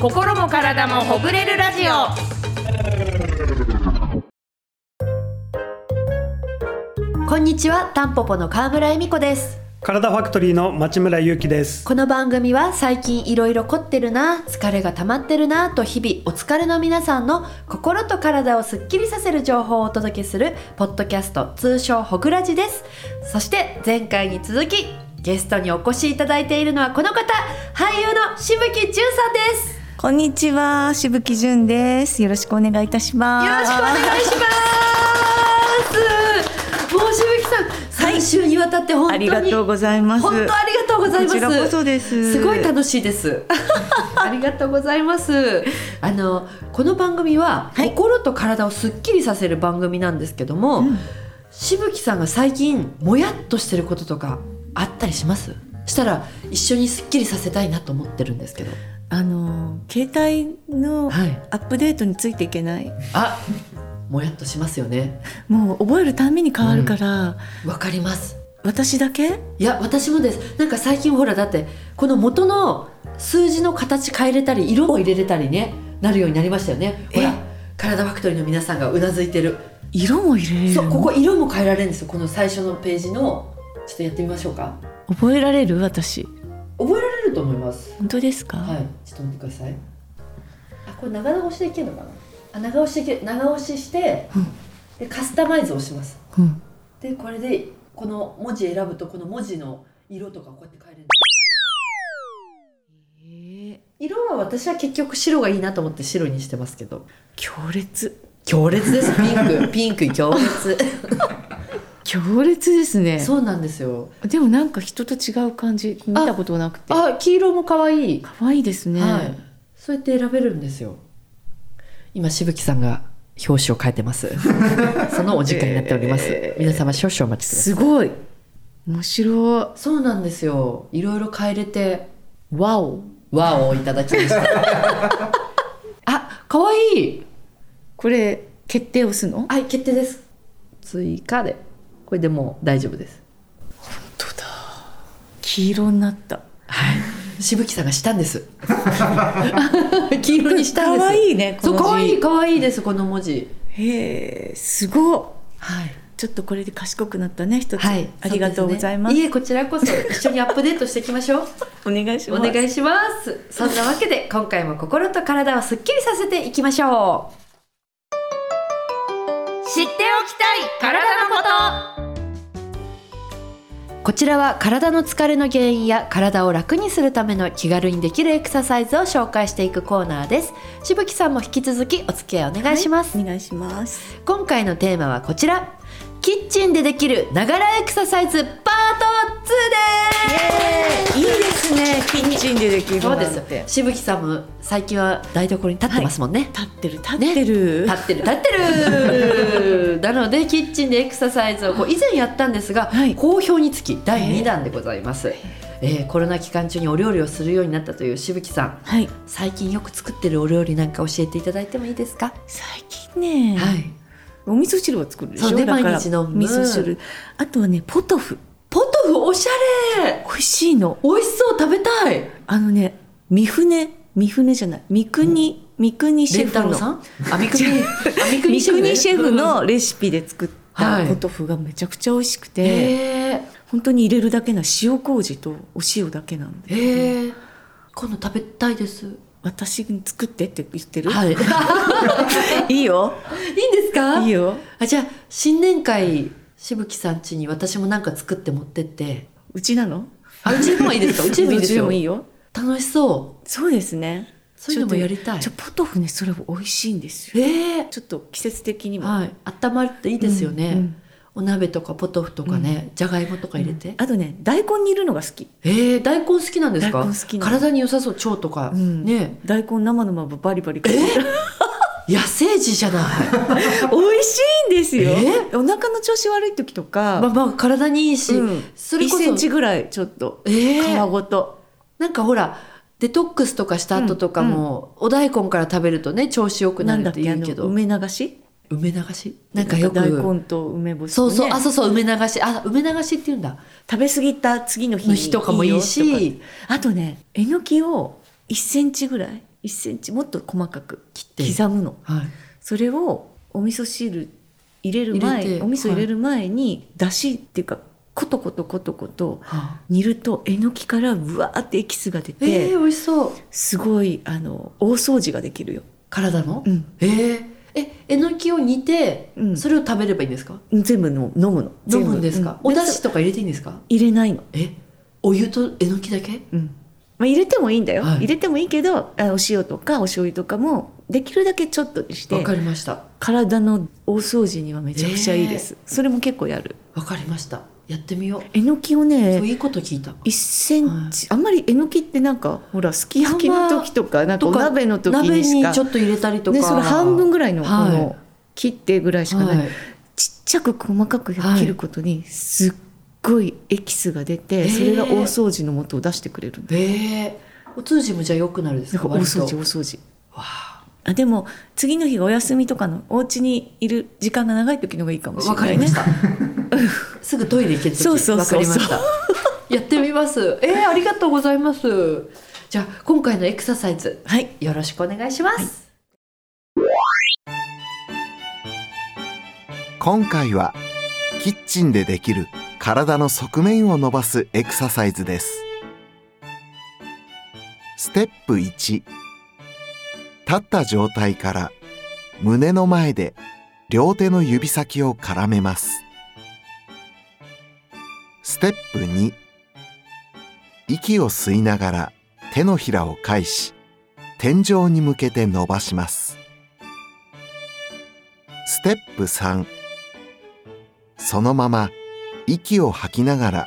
心も体もほぐれるラジオこんにちは、タンポポの川村恵美子です。体ファクトリーの町村ゆうきです。この番組は最近いろいろ凝ってるな、疲れが溜まってるなと日々お疲れの皆さんの心と体をすっきりさせる情報をお届けするポッドキャスト通称ほぐらじです。そして前回に続きゲストにお越しいただいているのはこの方、俳優のしぶきじゅんさんです。よこんにちは、しぶきじゅんです。よろしくお願いいたします。ろしくお願いします。もうしぶきさん、三週にわたって本当あにりがとうございます。本当ありがとうございます。こちらこそですすごい楽しい です。ありがとうございます。あのこの番組は、はい心と体をすっきりさせる番組なんですけども、しぶきさんが最近もやっとしてることとかあったりします？したら一緒にすっきりさせたいなと思ってるんですけど。あの携帯のはいアップデートについていけない。あ、もやっとしますよね。もう覚えるたんびに変わるから、わかります。私だけ？いや私もですなんか最近ほらだってこの元の数字の形変えれたり色も入れれたりねなるようになりましたよねほらえ体ファクトリーの皆さんがうなずいてる色も入れれるそうのここ色も変えられるんですよこの最初のページのちょっとやってみましょうか覚えられる私。覚えられると思います本当ですか？はいちょっと見てくださいあこれ長押しでいけるのかなあ長押しでいけ長押しして、うんでカスタマイズをしますうん。でこれでこの文字選ぶとこの文字の色とかこうやって変えれる色は私は結局白がいいなと思って白にしてますけど強烈。強烈ですピンクピンク強 烈強烈ですね。そうなんですよでもなんか人と違う感じ見たことなくて。あ黄色も可愛い可愛いですね。はいそうやって選べるんですよ今しぶきさんが表紙を変えて ますそのお時間になっております、えー皆様少々お待ちくださいすごい。面白い。そうなんですよいろいろ変えれてわお。和をいただきました あ可愛いこれ決定をするの？はい決定です追加でこれでもう大丈夫です本当だ黄色になったはいしぶきさんがしたんです 黄色にしたんです可愛いねこそうの字可愛い可愛いですこの文字へえすごはいいちょっとこれで賢くなったね一つ、はいありがとうございまそすですねいえこちらこそ一緒にアップデートしていきましょうお願いしおます願いしますそんなわけで今回も心と体をすっきりさせていきましょう知っておきたい体のことこちらは体の疲れの原因や体を楽にするための気軽にできるエクササイズを紹介していくコーナーですしぶきさんも引き続きお付き合いお願いします、お願いします今回のテーマはこちらキッチンでできるながらエクササイズパート2ですいいですねキッチンでできるそうなんてですしぶきさんも最近は台所に立ってますもんね、立ってる立ってる、立ってる立ってるなのでキッチンでエクササイズをこう以前やったんですが、はい好評につき第2弾でございます、えーコロナ期間中にお料理をするようになったというしぶきさんはい最近よく作ってるお料理なんか教えていただいてもいいですか、最近ね、はいお味噌汁は作るでしそょうねだから毎日飲む味噌汁あとはねポトフポトフおしゃれ美味しいの美味しそう食べたいあのね三船三船じゃない三国、三国シレェンフタロのウさんあ、みくにあみくに三シェフね国シェフのレシピで作っはたいポトフがめちゃくちゃ美味しくへて、え本当に入れるだけな塩麹とお塩だけなんでへえ今度食べたいです私に作ってって言ってる、 はい いいんでい、いよすかいいよあじゃあ新年会しぶきさん家に私もなんか作って持ってってうちなのあうちでもいい ですかうちでもいいですどっちよいいよ楽しそうそうですねそういうのもやりたいちょっとちょポトフねそれ美味しいんですよええちょっと季節的にも、はい温まるっていいですよね、うんうんお鍋とかポトフとかね、じゃがいもとか入れて、あとね大根煮るのが好きええ大根好きなんですか大根好きなの体に良さそう腸とか、うんね大根生のままバリバリ食べる野生児じゃない 美味しいんですよえお腹の調子悪い時とか、まあまあ体にいいし、うんそれこ1センチそぐらいちょっとええ皮ごと、なんかほらデトックスとかした後とかも、お大根から食べるとね調子良くななんるだっってけあ言うのけど梅流し梅流しなんかよく大根と梅干し、ね、そうそう、あそうそう梅流しあ梅流しって言うんだ食べ過ぎた次の日のに日とかもいいしよとかあとねえのきを1センチぐらい1センチもっと細かく切って刻むのはいそれをお味噌汁入れる前入れてお味噌入れる前に、だしっていうかコトコトコトコトはあ煮るとえのきからうわーってエキスが出えー、て、美味しそうすごいあの大掃除ができるよ、体の、うんえー、ええのきを煮て、うんそれを食べればいいんですか全部の飲むの飲むんですか、全部うんお出汁とか入れていいんですか入れないの、えお湯とえのきだけうんまあ、入れてもいいんだよ、はい入れてもいいけどあお塩とかお醤油とかもできるだけちょっとにしわてかりました体の大掃除にはめちゃくちゃいいです、それも結構やるわかりましたやってみようえのきをそうねいいこと聞いた1センチ、はいあんまりえのきってなんかほらすき焼きの時とかなんかとおか鍋の時鍋にしにかちょっと入れたりとか、ね、その半分ぐぐらいのこはいの切ってぐらいしかない、はい、ちっちゃく細かく切ることにすっごいエキスが出て、えーそれが大掃除の元を出してくれるんだええお通じもじゃあ良くなるんですなんかか大掃割除と大掃除わああでも次の日がお休みとかのお家にいる時間が長い時の方がいいかもしれわかなりいまねした。すぐトイレ行ける時そうそうそうわかりました。 やってみます。えー、ありがとうございます。じゃあ今回のエクササイズはいよろしくお願いします。今回はキッチンでできる体の側面を伸ばすエクササイズですステップ1立った状態から胸の前で両手の指先を絡めますステップ2息を吸いながら手のひらを返し天井に向けて伸ばしますステップ3そのまま息を吐きながら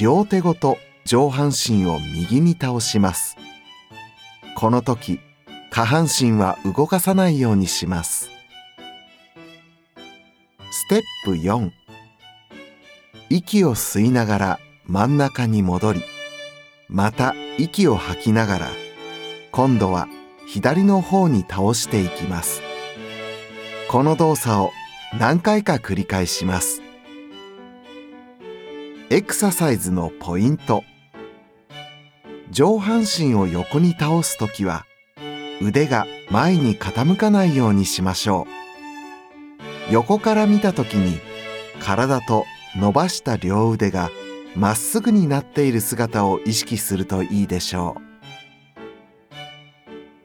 両手ごと上半身を右に倒しますこの時下半身は動かさないようにしますステップ4息を吸いながら真ん中に戻りまた息を吐きながら今度は左の方に倒していきますこの動作を何回か繰り返しますエクササイズのポイント上半身を横に倒すときは腕が前に傾かないようにしましょう横から見たときに体と伸ばした両腕がまっすぐになっている姿を意識するといいでしょ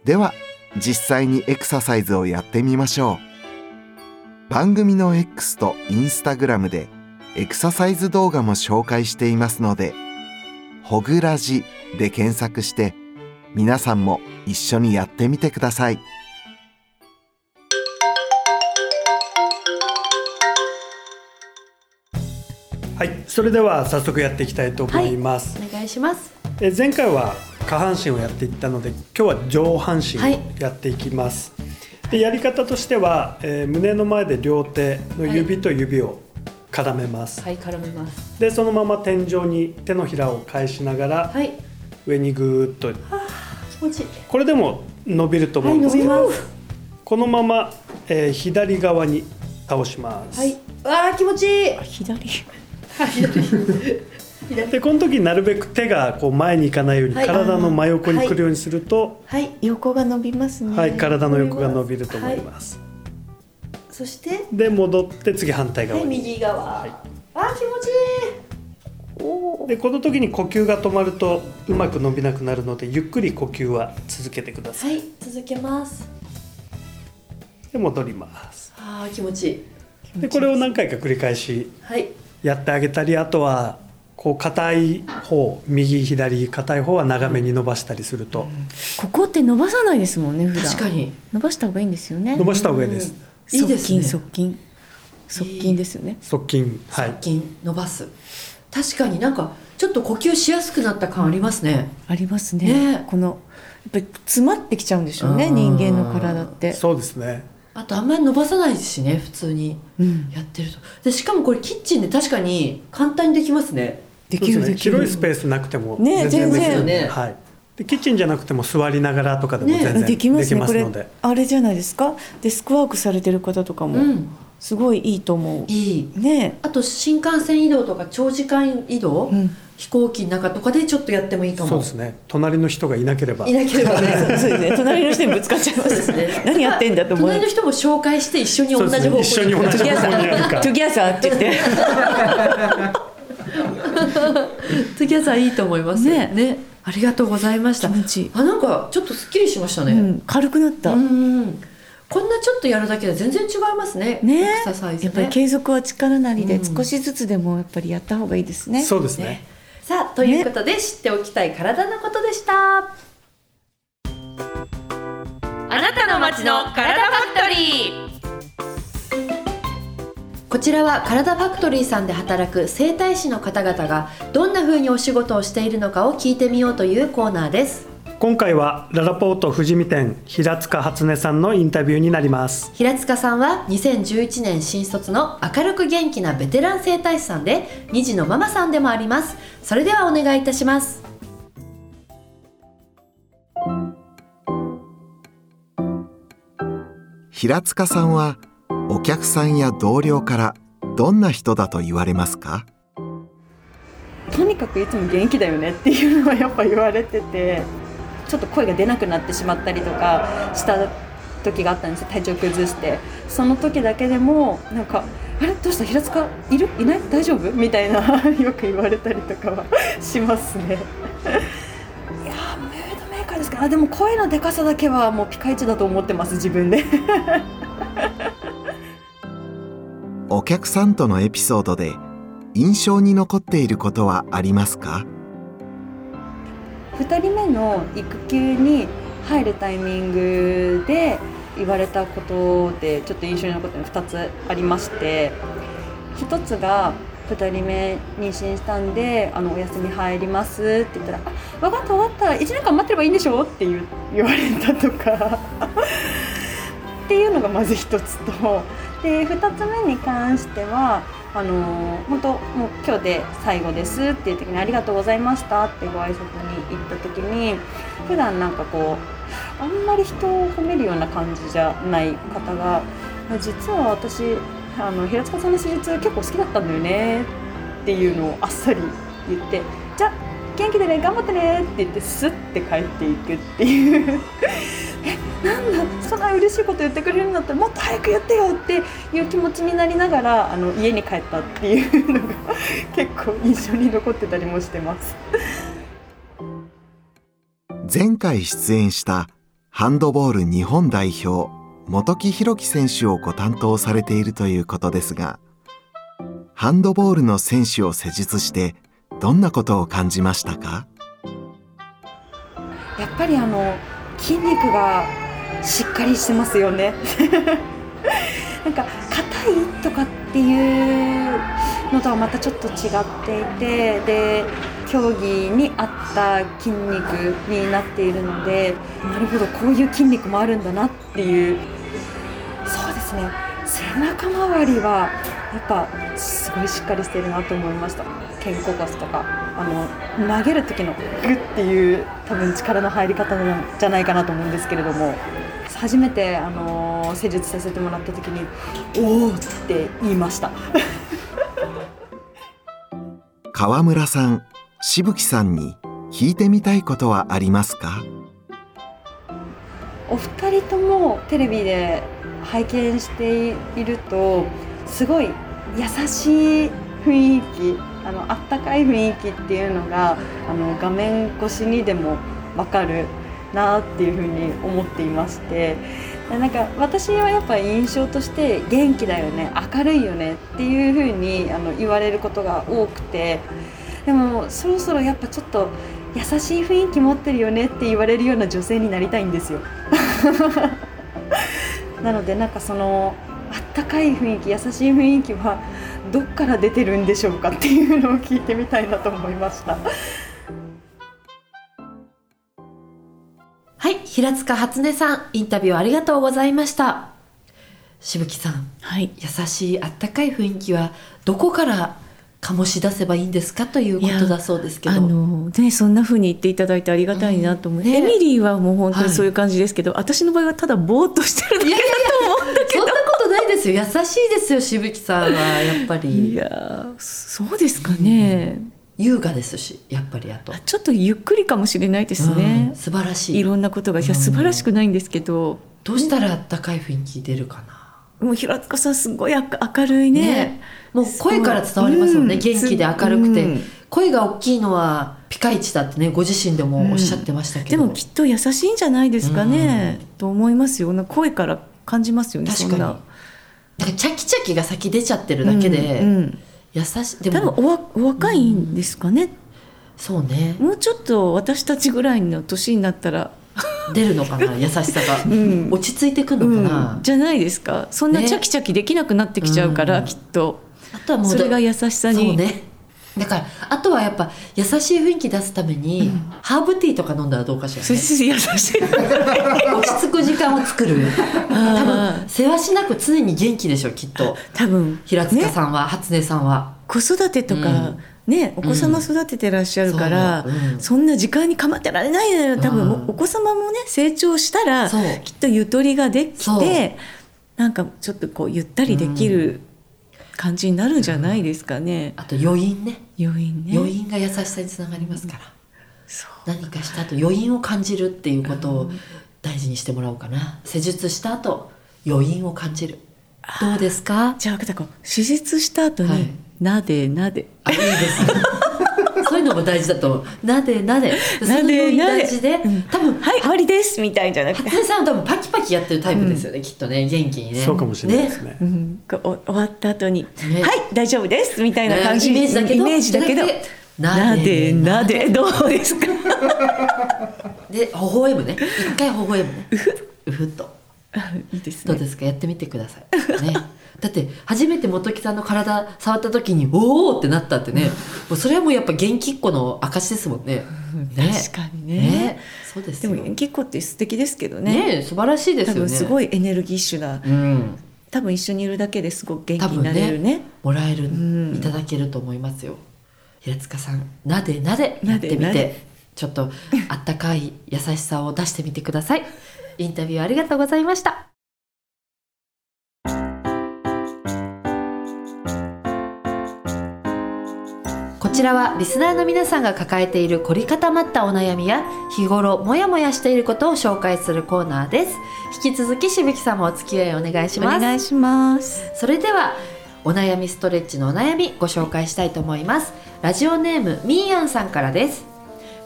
うでは実際にエクササイズをやってみましょう番組の X と Instagram でエクササイズ動画も紹介していますので「ほぐらじ」で検索して皆さんも一緒にやってみてくださいはい、それでは早速やっていきたいと思います。お願いします。え前回は下半身をやっていったので今日は上半身はいをやっていきます、でやり方としては、えー胸の前で両手の指と指を絡めます、はい、絡めます。でそのまま天井に手のひらを返しながら、はい、上にぐーっと気持ちいい。これでも伸びるとは思うい、んで伸すけびど、ます。このまま、えー左側に倒します、はい、わあ、気持ちいい。左でこの時なるべく手がこう前に行かないように、はい体の真横に来るようにすると、はい、横が伸びますねはい、体の横が伸びると思います、そして、で戻って次反対は側い、に、右側。はいああ、気持ちいい。おお。でこの時に呼吸が止まるとうまく伸びなくなるのでゆっくり呼吸は続けてください、はい、続けます。で戻りますああ、気持ちいい。でこれを何回か繰り返しはい。やってあげたりあとはこう硬い方右左硬い方は長めに伸ばしたりするとここって伸ばさないですもんね普段確かに。伸ばした方がいいんですよね伸ばした方がいいでうんすいいですね側近側近側近ですよね、側近は腹い筋伸ばす、確かになんかちょっと呼吸しやすくなった感ありますね、ありますねねえこのやっぱり詰まってきちゃうんでしょうねうん人間の体ってそうですねあとあんまり伸ばさないですしね普通にうんやってるとでしかもこれキッチンで確かに簡単にできますねできるそうでですねきる、広いスペースなくてもねでき全る然ねはい、でキッチンじゃなくても座りながらとかでもね全然ででききまますねこれので、あれじゃないですかデスクワークされてる方とかうもんすごいいいと思う、いいねあと新幹線移動とか長時間移動え、うん、飛行機の中とかでちょっとやってもいいかそもうですね隣の人がいなければいなければね そうですね隣の人にぶつかっちゃいますそうですね何やってんだと思う隣の人も紹介して一緒にそ同うでじ方す向ね一緒に 同じ方向にあるかトゥギャザーって言ってトゥギャザーいいと思いますねありがとうございました気持ちいいあなんかちょっとすっきりしましたね、うん軽くなった、うんこんなちょっとやるだけで全然違いますねねエクササイズねやっぱり継続は力なりで、うん少しずつでもやっぱりやった方がいいですねそうですねさあということで知っておきたい体のことでした、あなたの街のカラダファクトリーこちらはカラダファクトリーさんで働く整体師の方々がどんな風にお仕事をしているのかを聞いてみようというコーナーです今回はララポート富士見店平塚初音さんのインタビューになります平塚さんは2011年新卒の明るく元気なベテラン整体師さんで2児のママさんでもありますそれではお願いいたします平塚さんはお客さんや同僚からどんな人だと言われますかとにかくいつも元気だよねっていうのはやっぱ言われててちょっと声が出なくなってしまったりとかした時があったんですよ体調崩してその時だけでもなんか「あれどうした平塚いるいない大丈夫?」みたいな よく言われたりとかは しますね。いやームードメーカーですかあでも声のでかさだけはもうピカイチだと思ってます自分で。お客さんとのエピソードで印象に残っていることはありますか2人目の育休に入るタイミングで言われたことでちょっと印象に残ってるの2つありまして1つが2人目妊娠したんであのお休み入りますって言ったら「あ分かった分かった1年間待ってればいいんでしょ?」って言う言われたとかっていうのがまず1つとで2つ目に関してはあの本当もう今日で最後ですっていう時に「ありがとうございました」ってご挨拶に行った時に普段なんかこうあんまり人を褒めるような感じじゃない方が「実は私あの平塚さんの手術結構好きだったんだよね」っていうのをあっさり言って「じゃあ元気でね頑張ってね」って言ってスッて帰っていくっていう。 えなんだそんな嬉しいこと言ってくれるんだったらもっと早く言ってよっていう気持ちになりながらあの家に帰ったっていうのが結構印象に残ってたりもしてます。前回出演したハンドボール日本代表本木弘樹選手をご担当されているということですがハンドボールの選手を施術してどんなことを感じましたかやっぱりあの筋肉がしっかりしてますよね。 なんか硬いとかっていうのとはまたちょっと違っていてで競技に合った筋肉になっているのでなるほどこういう筋肉もあるんだなっていうそうですね背中周りはやっぱすごいしっかりしてるなと思いました肩甲骨とかあの投げる時のグッっていう多分力の入り方なんじゃないかなと思うんですけれども初めてあの施術させてもらった時に「おお!」って言いました。川村さんしぶきさんに聞いてみたいことはありますかお二人ともテレビで拝見しているとすごい優しい雰囲気あのあったかい雰囲気っていうのがあの画面越しにでも分かるなっていうふうに思っていましてでなんか私はやっぱ印象として元気だよね明るいよねっていうふうにあの言われることが多くてでもそろそろやっぱちょっと優しい雰囲気持ってるよねって言われるような女性になりたいんですよ。なのでなんかそのあったかい雰囲気優しい雰囲気はどっから出てるんでしょうかっていうのを聞いてみたいなと思いました。はい平塚初音さんインタビューありがとうございましたしぶきさんはい優しいあったかい雰囲気はどこから醸し出せばいいんですかということだそうですけあどのねそんな風に言っていただいてありがたいなと思う、うんねエミリーはもう本当にそういう感じですけど、私の場合はただぼーっとしてるだけだと思うんだけそんどなことないですよ優しいですよしぶきさんはやっぱりいやーそうですかね、優雅ですしやっぱりあとあちょっとゆっくりかもしれないですねうん、素晴らしいいろんなことがいやうん素晴らしくないんですけど、どうしたらあったかい雰囲気出るかなもう平塚さんすごい明明るいねもう声から伝わりますよね、う元ん気で明るくて、うん声が大きいのはピカイチだってねご自身でもおっしゃってましたけでど、もきっと優しいんじゃないですかね、と思いますよなんか声から感じますよね確かにそんなんなかチャキチャキが先出ちゃってるだけで、うんうん優しいで多分もおわお若いんですかね、そうねもうちょっと私たちぐらいの年になったら、出るのかな優しさが、 ん落ち着いてくうのかな、ん、じゃないですかそんなねチャキチャキできなくなってきちゃうから、うんきっとあとはもうそれが優しさそうに、ねだからあとはやっぱ優しい雰囲気出すために、ハーブティーとか飲んだらどうかしら、そねう、そう優 しい 落ち着く時間を作る多分せわしなく常に元気でしょきっと多分平塚さんは、初音さんは子育てとか、ねお子様育ててらっしゃるから、そううんそんな時間に構ってられないのよ多分、うんもうお子様もね成長したらそうきっとゆとりができそうてなんかちょっとこうゆったりできる感じになるんじゃないですかね、あと余韻ね余韻ね余韻が優しさにつながりますから、そう何かした後余韻を感じるっていうことを大事にしてもらおうかな施術した後余韻を感じるどうですかじゃあ赤田君手術した後に、はいなでなであいいですねそういうのも大事だと思うなでなでなでなでその余韻大事で、うん多分はい終わりですみたいんじゃなくて、初音さんは多分パキパキやってるタイプですよね、きっとね元気にねそうかもしれないですねうん、こうお終わった後に、ねはい大丈夫ですみたいな感じ、イメージだけどイメージだけどそれだけなでなでどうですかで微笑むね一回微笑むねうふっと いいですどうね。ですかやってみてください、ね、 だって初めて元木さんの体触った時におおってなったってねもうそれはもうやっぱ元気っ子の証ですもんねね確かにね。ねそうですでよもね結構って素敵ですけどね。素晴らしいです多よね分すごい、いエネルギッシュな、うん、多分一緒にいるだけですごく元気になれるね。もらえる、んいただけると思いますよ平塚さんなでなでやなってでみてなでちょっとあったかい優しさを出してみてくださいインタビューありがとうございましたこちらはリスナーの皆さんが抱えている凝り固まったお悩みや日頃モヤモヤしていることを紹介するコーナーです引き続きしぶきさんもお付き合いお願いしおます願いします。それではお悩みストレッチのお悩みご紹介したいと思いますラジオネームみーやんさんからです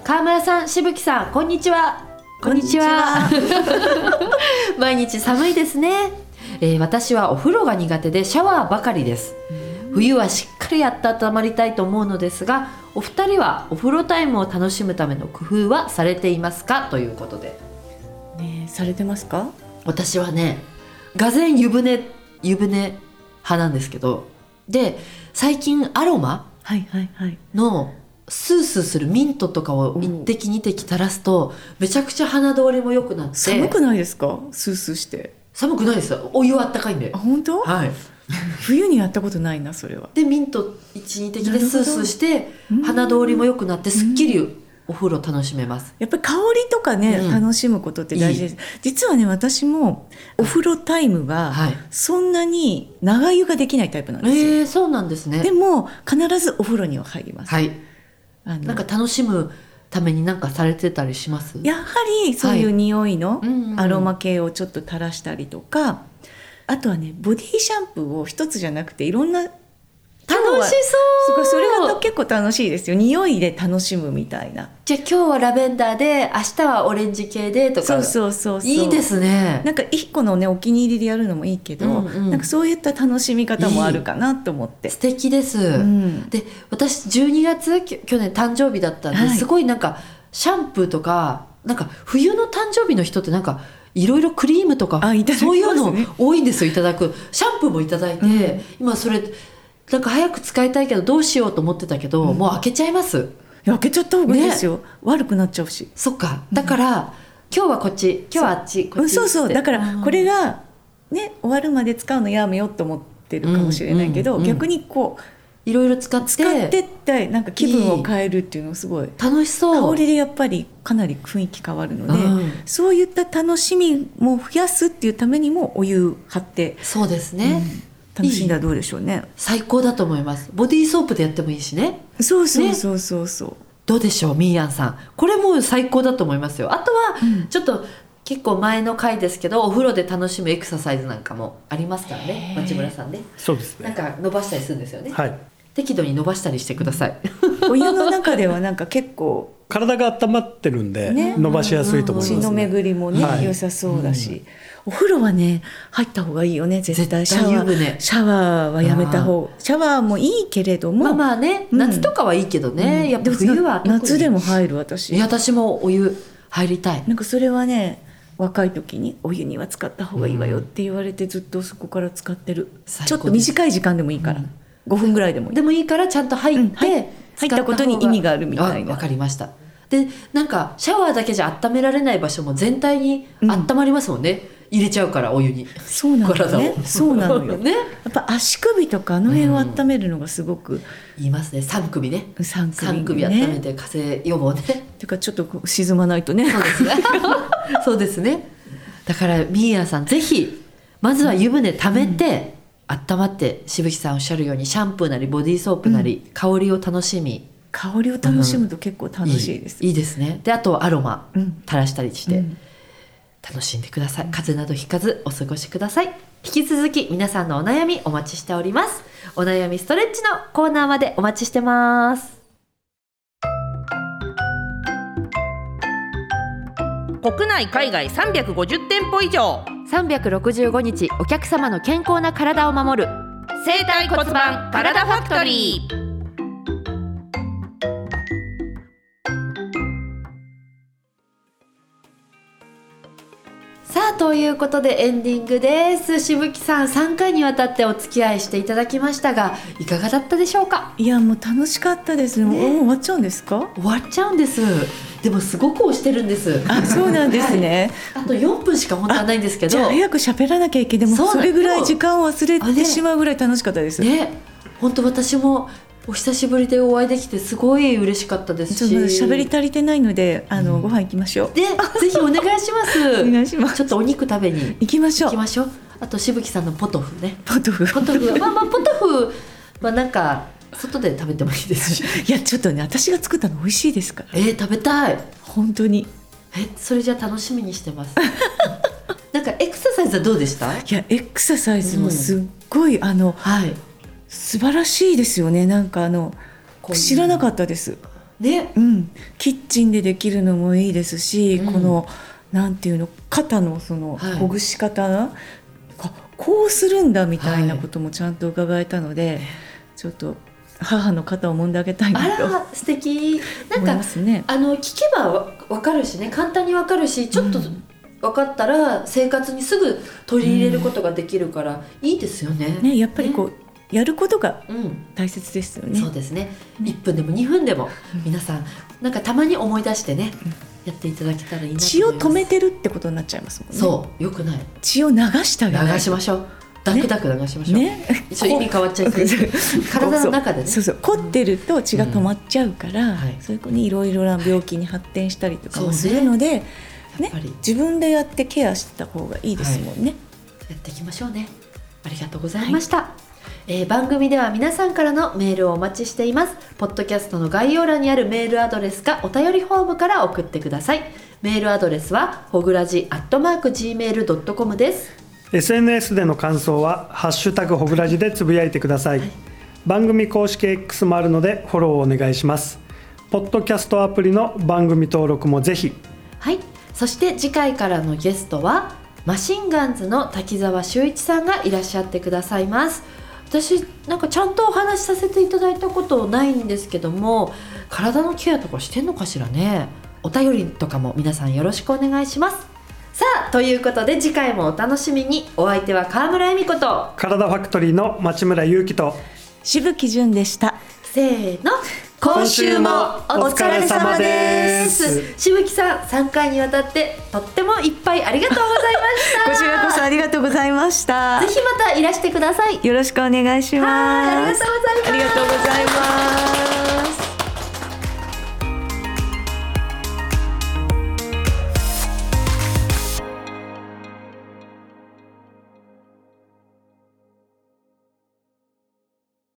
川村さんしぶきさんこんにちはこんにちは 毎日寒いですね、えー私はお風呂が苦手でシャワーばかりです冬はしっかりやって温まりたいと思うのですがお二人はお風呂タイムを楽しむための工夫はされていますかということでねえされてますか？私はねがぜん湯船湯船派なんですけどで最近アロマはいはいはい。のスースーするミントとかを一滴二滴垂らすと、めちゃくちゃ鼻通りも良くなって寒くないですか？スースーして。寒くないですよお湯はあったかいんであ、本当？はい、冬にやったことないなそれは。でミント12滴なでるほどスースーしてうん鼻通りも良くなってすっきりお風呂楽しめますやっぱり香りとかね、うん楽しむことって大事です。実はね私もお風呂タイムは、はいそんなに長湯ができないタイプなんですよ。えー、そうなんですねでも必ずお風呂には入ります。はいあのなんか楽しむためになんかされてたりしますやはりそういう匂いのうんうんうんアロマ系をちょっと垂らしたりとか、あとはねボディシャンプーを一つじゃなくていろんな楽しすそうごいそれが結構楽しいですよ匂いで楽しむみたいなじゃあ今日はラベンダーで明日はオレンジ系でとかそうそうそうそういいですねなんか一個のねお気に入りでやるのもいいけど、うんうんなんかそういった楽しみ方もあるかなと思って素敵です、うんで私12月きょ去年誕生日だったんで、はいすごいなんかシャンプーとかなんか冬の誕生日の人ってなんかいろいろクリームとかあいただきそますうねいうの多いんですよいただくシャンプーもいただいて、うん今それなんか早く使いたいけどどうしようと思ってたけど、もう開けちゃいます焼けちゃった方がいいですよ、悪くなっちゃうしそっかだから、今日はこっち今日はあっちこうっん、ちそうそうってだかうらんこれがね終わるまで使うのやめようと思ってるかもしれないけど、うんうんうん逆にこういろいろ使って使ってってなんか気分を変えるっていうのすごい楽しそう香りでやっぱりかなり雰囲気変わるので、うんそういった楽しみも増やすっていうためにもお湯張ってそうですね、楽しんだらどうでしょうね。最高だと思いますボディーソープでやってもいいしねそうそうそうそうそう。どうでしょうみーやんさんこれもう最高だと思いますよあとはうんちょっと結構前の回ですけどお風呂で楽しむエクササイズなんかもありますからね町村さんねそうですなんねか伸ばしたりするんですよね、はい適度に伸ばしたりしてくださいお湯の中ではなんか結構体が温まってるんで、ね伸ばしやすいと思い血まのす、ね巡りもね、はい良さそうだし、お風呂はね入った方がいいよね絶対絶対シャワ湯船ーシャワーはやめた方シャワーもいいけれども、まあまあね、うん夏とかはいいけどね、うんやっぱ冬はでも夏でもも入る私いや私もお湯入りたいなんかそれはね若い時にお湯には使った方がいいわよって言われてずっとそこから使ってる、最高ちょっと短い時間でもいいから、5分ぐらいでもいいでもいいからちゃんと入って、うんはい使入ったことに意味があるみたいな方があわかりましたでなんかシャワーだけじゃ温められない場所も全体に温まりますもんね、入れちゃうからお湯にそうなのよね体をそうなの よねやっぱ足首とかあの辺を温めるのがすごく言いますね三首ね三首三首ね温めて風邪予防ね てかちょっとこう沈まないとねそうですねそうですねだからミーヤさんぜひまずは湯船溜めて、温まってしぶきさんおっしゃるようにシャンプーなりボディーソープなり、香りを楽しみ香りを楽しむと結構楽しいです、いいですねであとアロマうん垂らしたりして、うん楽しんでください風邪などひかずお過ごしください引き続き皆さんのお悩みお待ちしておりますお悩みストレッチのコーナーまでお待ちしてます国内海外350店舗以上365日お客様の健康な体を守る生体骨盤体ファクトリーさあということでエンディングですしぶきさん3回にわたってお付き合いしていただきましたがいかがだったでしょうかいやもう楽しかったですねもう終わっちゃうんですか終わっちゃうんですでもすごく押してるんですあそうなんですね、あと4分しか本当はないんですけどじゃあ早く喋らなきゃいけないでもそうなそのれぐらい時間を忘れあねてしまうぐらい楽しかったです、ね、本当私もお久しぶりでお会いできてすごい嬉しかったですちしょっとまだ喋り足りてないのであの、ご飯行きましょうでぜひお願いします お願いしますちょっとお肉食べに行きましょ行うきましょうあとしぶきさんのポトフねポトフポトフまあまあポトフはなんか外で食べてもいいです し いやちょっとね私が作ったの美味しいですからえー、食べたい本当にえそれじゃあ楽しみにして ますなんかエクササイズはどうでしたはいやエクササイズもすっごい、あのい素晴らしいですよねなんかあのこういう知らなかったですねうん、キッチンでできるのもいいですし、うんこのなんていうの肩のそのはいほぐし方、あこうするんだみたいなこともちゃんと伺えたので、ちょっと母の肩を揉んであげたいあなとら素敵なん思いかますね。あの聞けばわわかるしね簡単にわかるしちょっとうん分かったら生活にすぐ取り入れることができるから、いいですよね。ねやっぱりこう、やることがうん、大切ですよねそう。ですね1分でも2分でも皆さんなんかたまに思い出してねやっていただけたらいいなと血を思います止めてるってことになっちゃいますもんね。そうよくない血を流してあげない流しましょうダクダク流しましょう、ね。 一応意味変わっちゃいけない体の中でねそうそう凝ってると血が止まっちゃうから、んはいそういう子にいろいろな病気に発展したりとかそうもねするので、やねっぱり自分でやってケアしてた方がいいですもんね、やっていきましょうねありがとうございました、えー番組では皆さんからのメールをお待ちしていますポッドキャストの概要欄にあるメールアドレスかお便りフォームから送ってくださいメールアドレスはほぐらじアットマーク gmail.com です SNS での感想は「ハッシュタグほぐらじ」でつぶやいてください、番組公式 X もあるのでフォローお願いしますポッドキャストアプリの番組登録もぜひはいそして次回からのゲストはマシンガンズの滝沢秀一さんがいらっしゃってくださいます私なんかちゃんとお話しさせていただいたことないんですけども体のケアとかしてんのかしらねお便りとかも皆さんよろしくお願いしますさあということで次回もお楽しみにお相手は川村恵美子と体ファクトリーの町村祐樹としぶきじゅんでしたせーの今週もお疲れ様ですしぶきさん3回にわたってとってもいっぱいありがとうございました こちらこそありがとうございましたぜひまたいらしてください。よろしくお願いしはまいありがすとうございますありがとうございます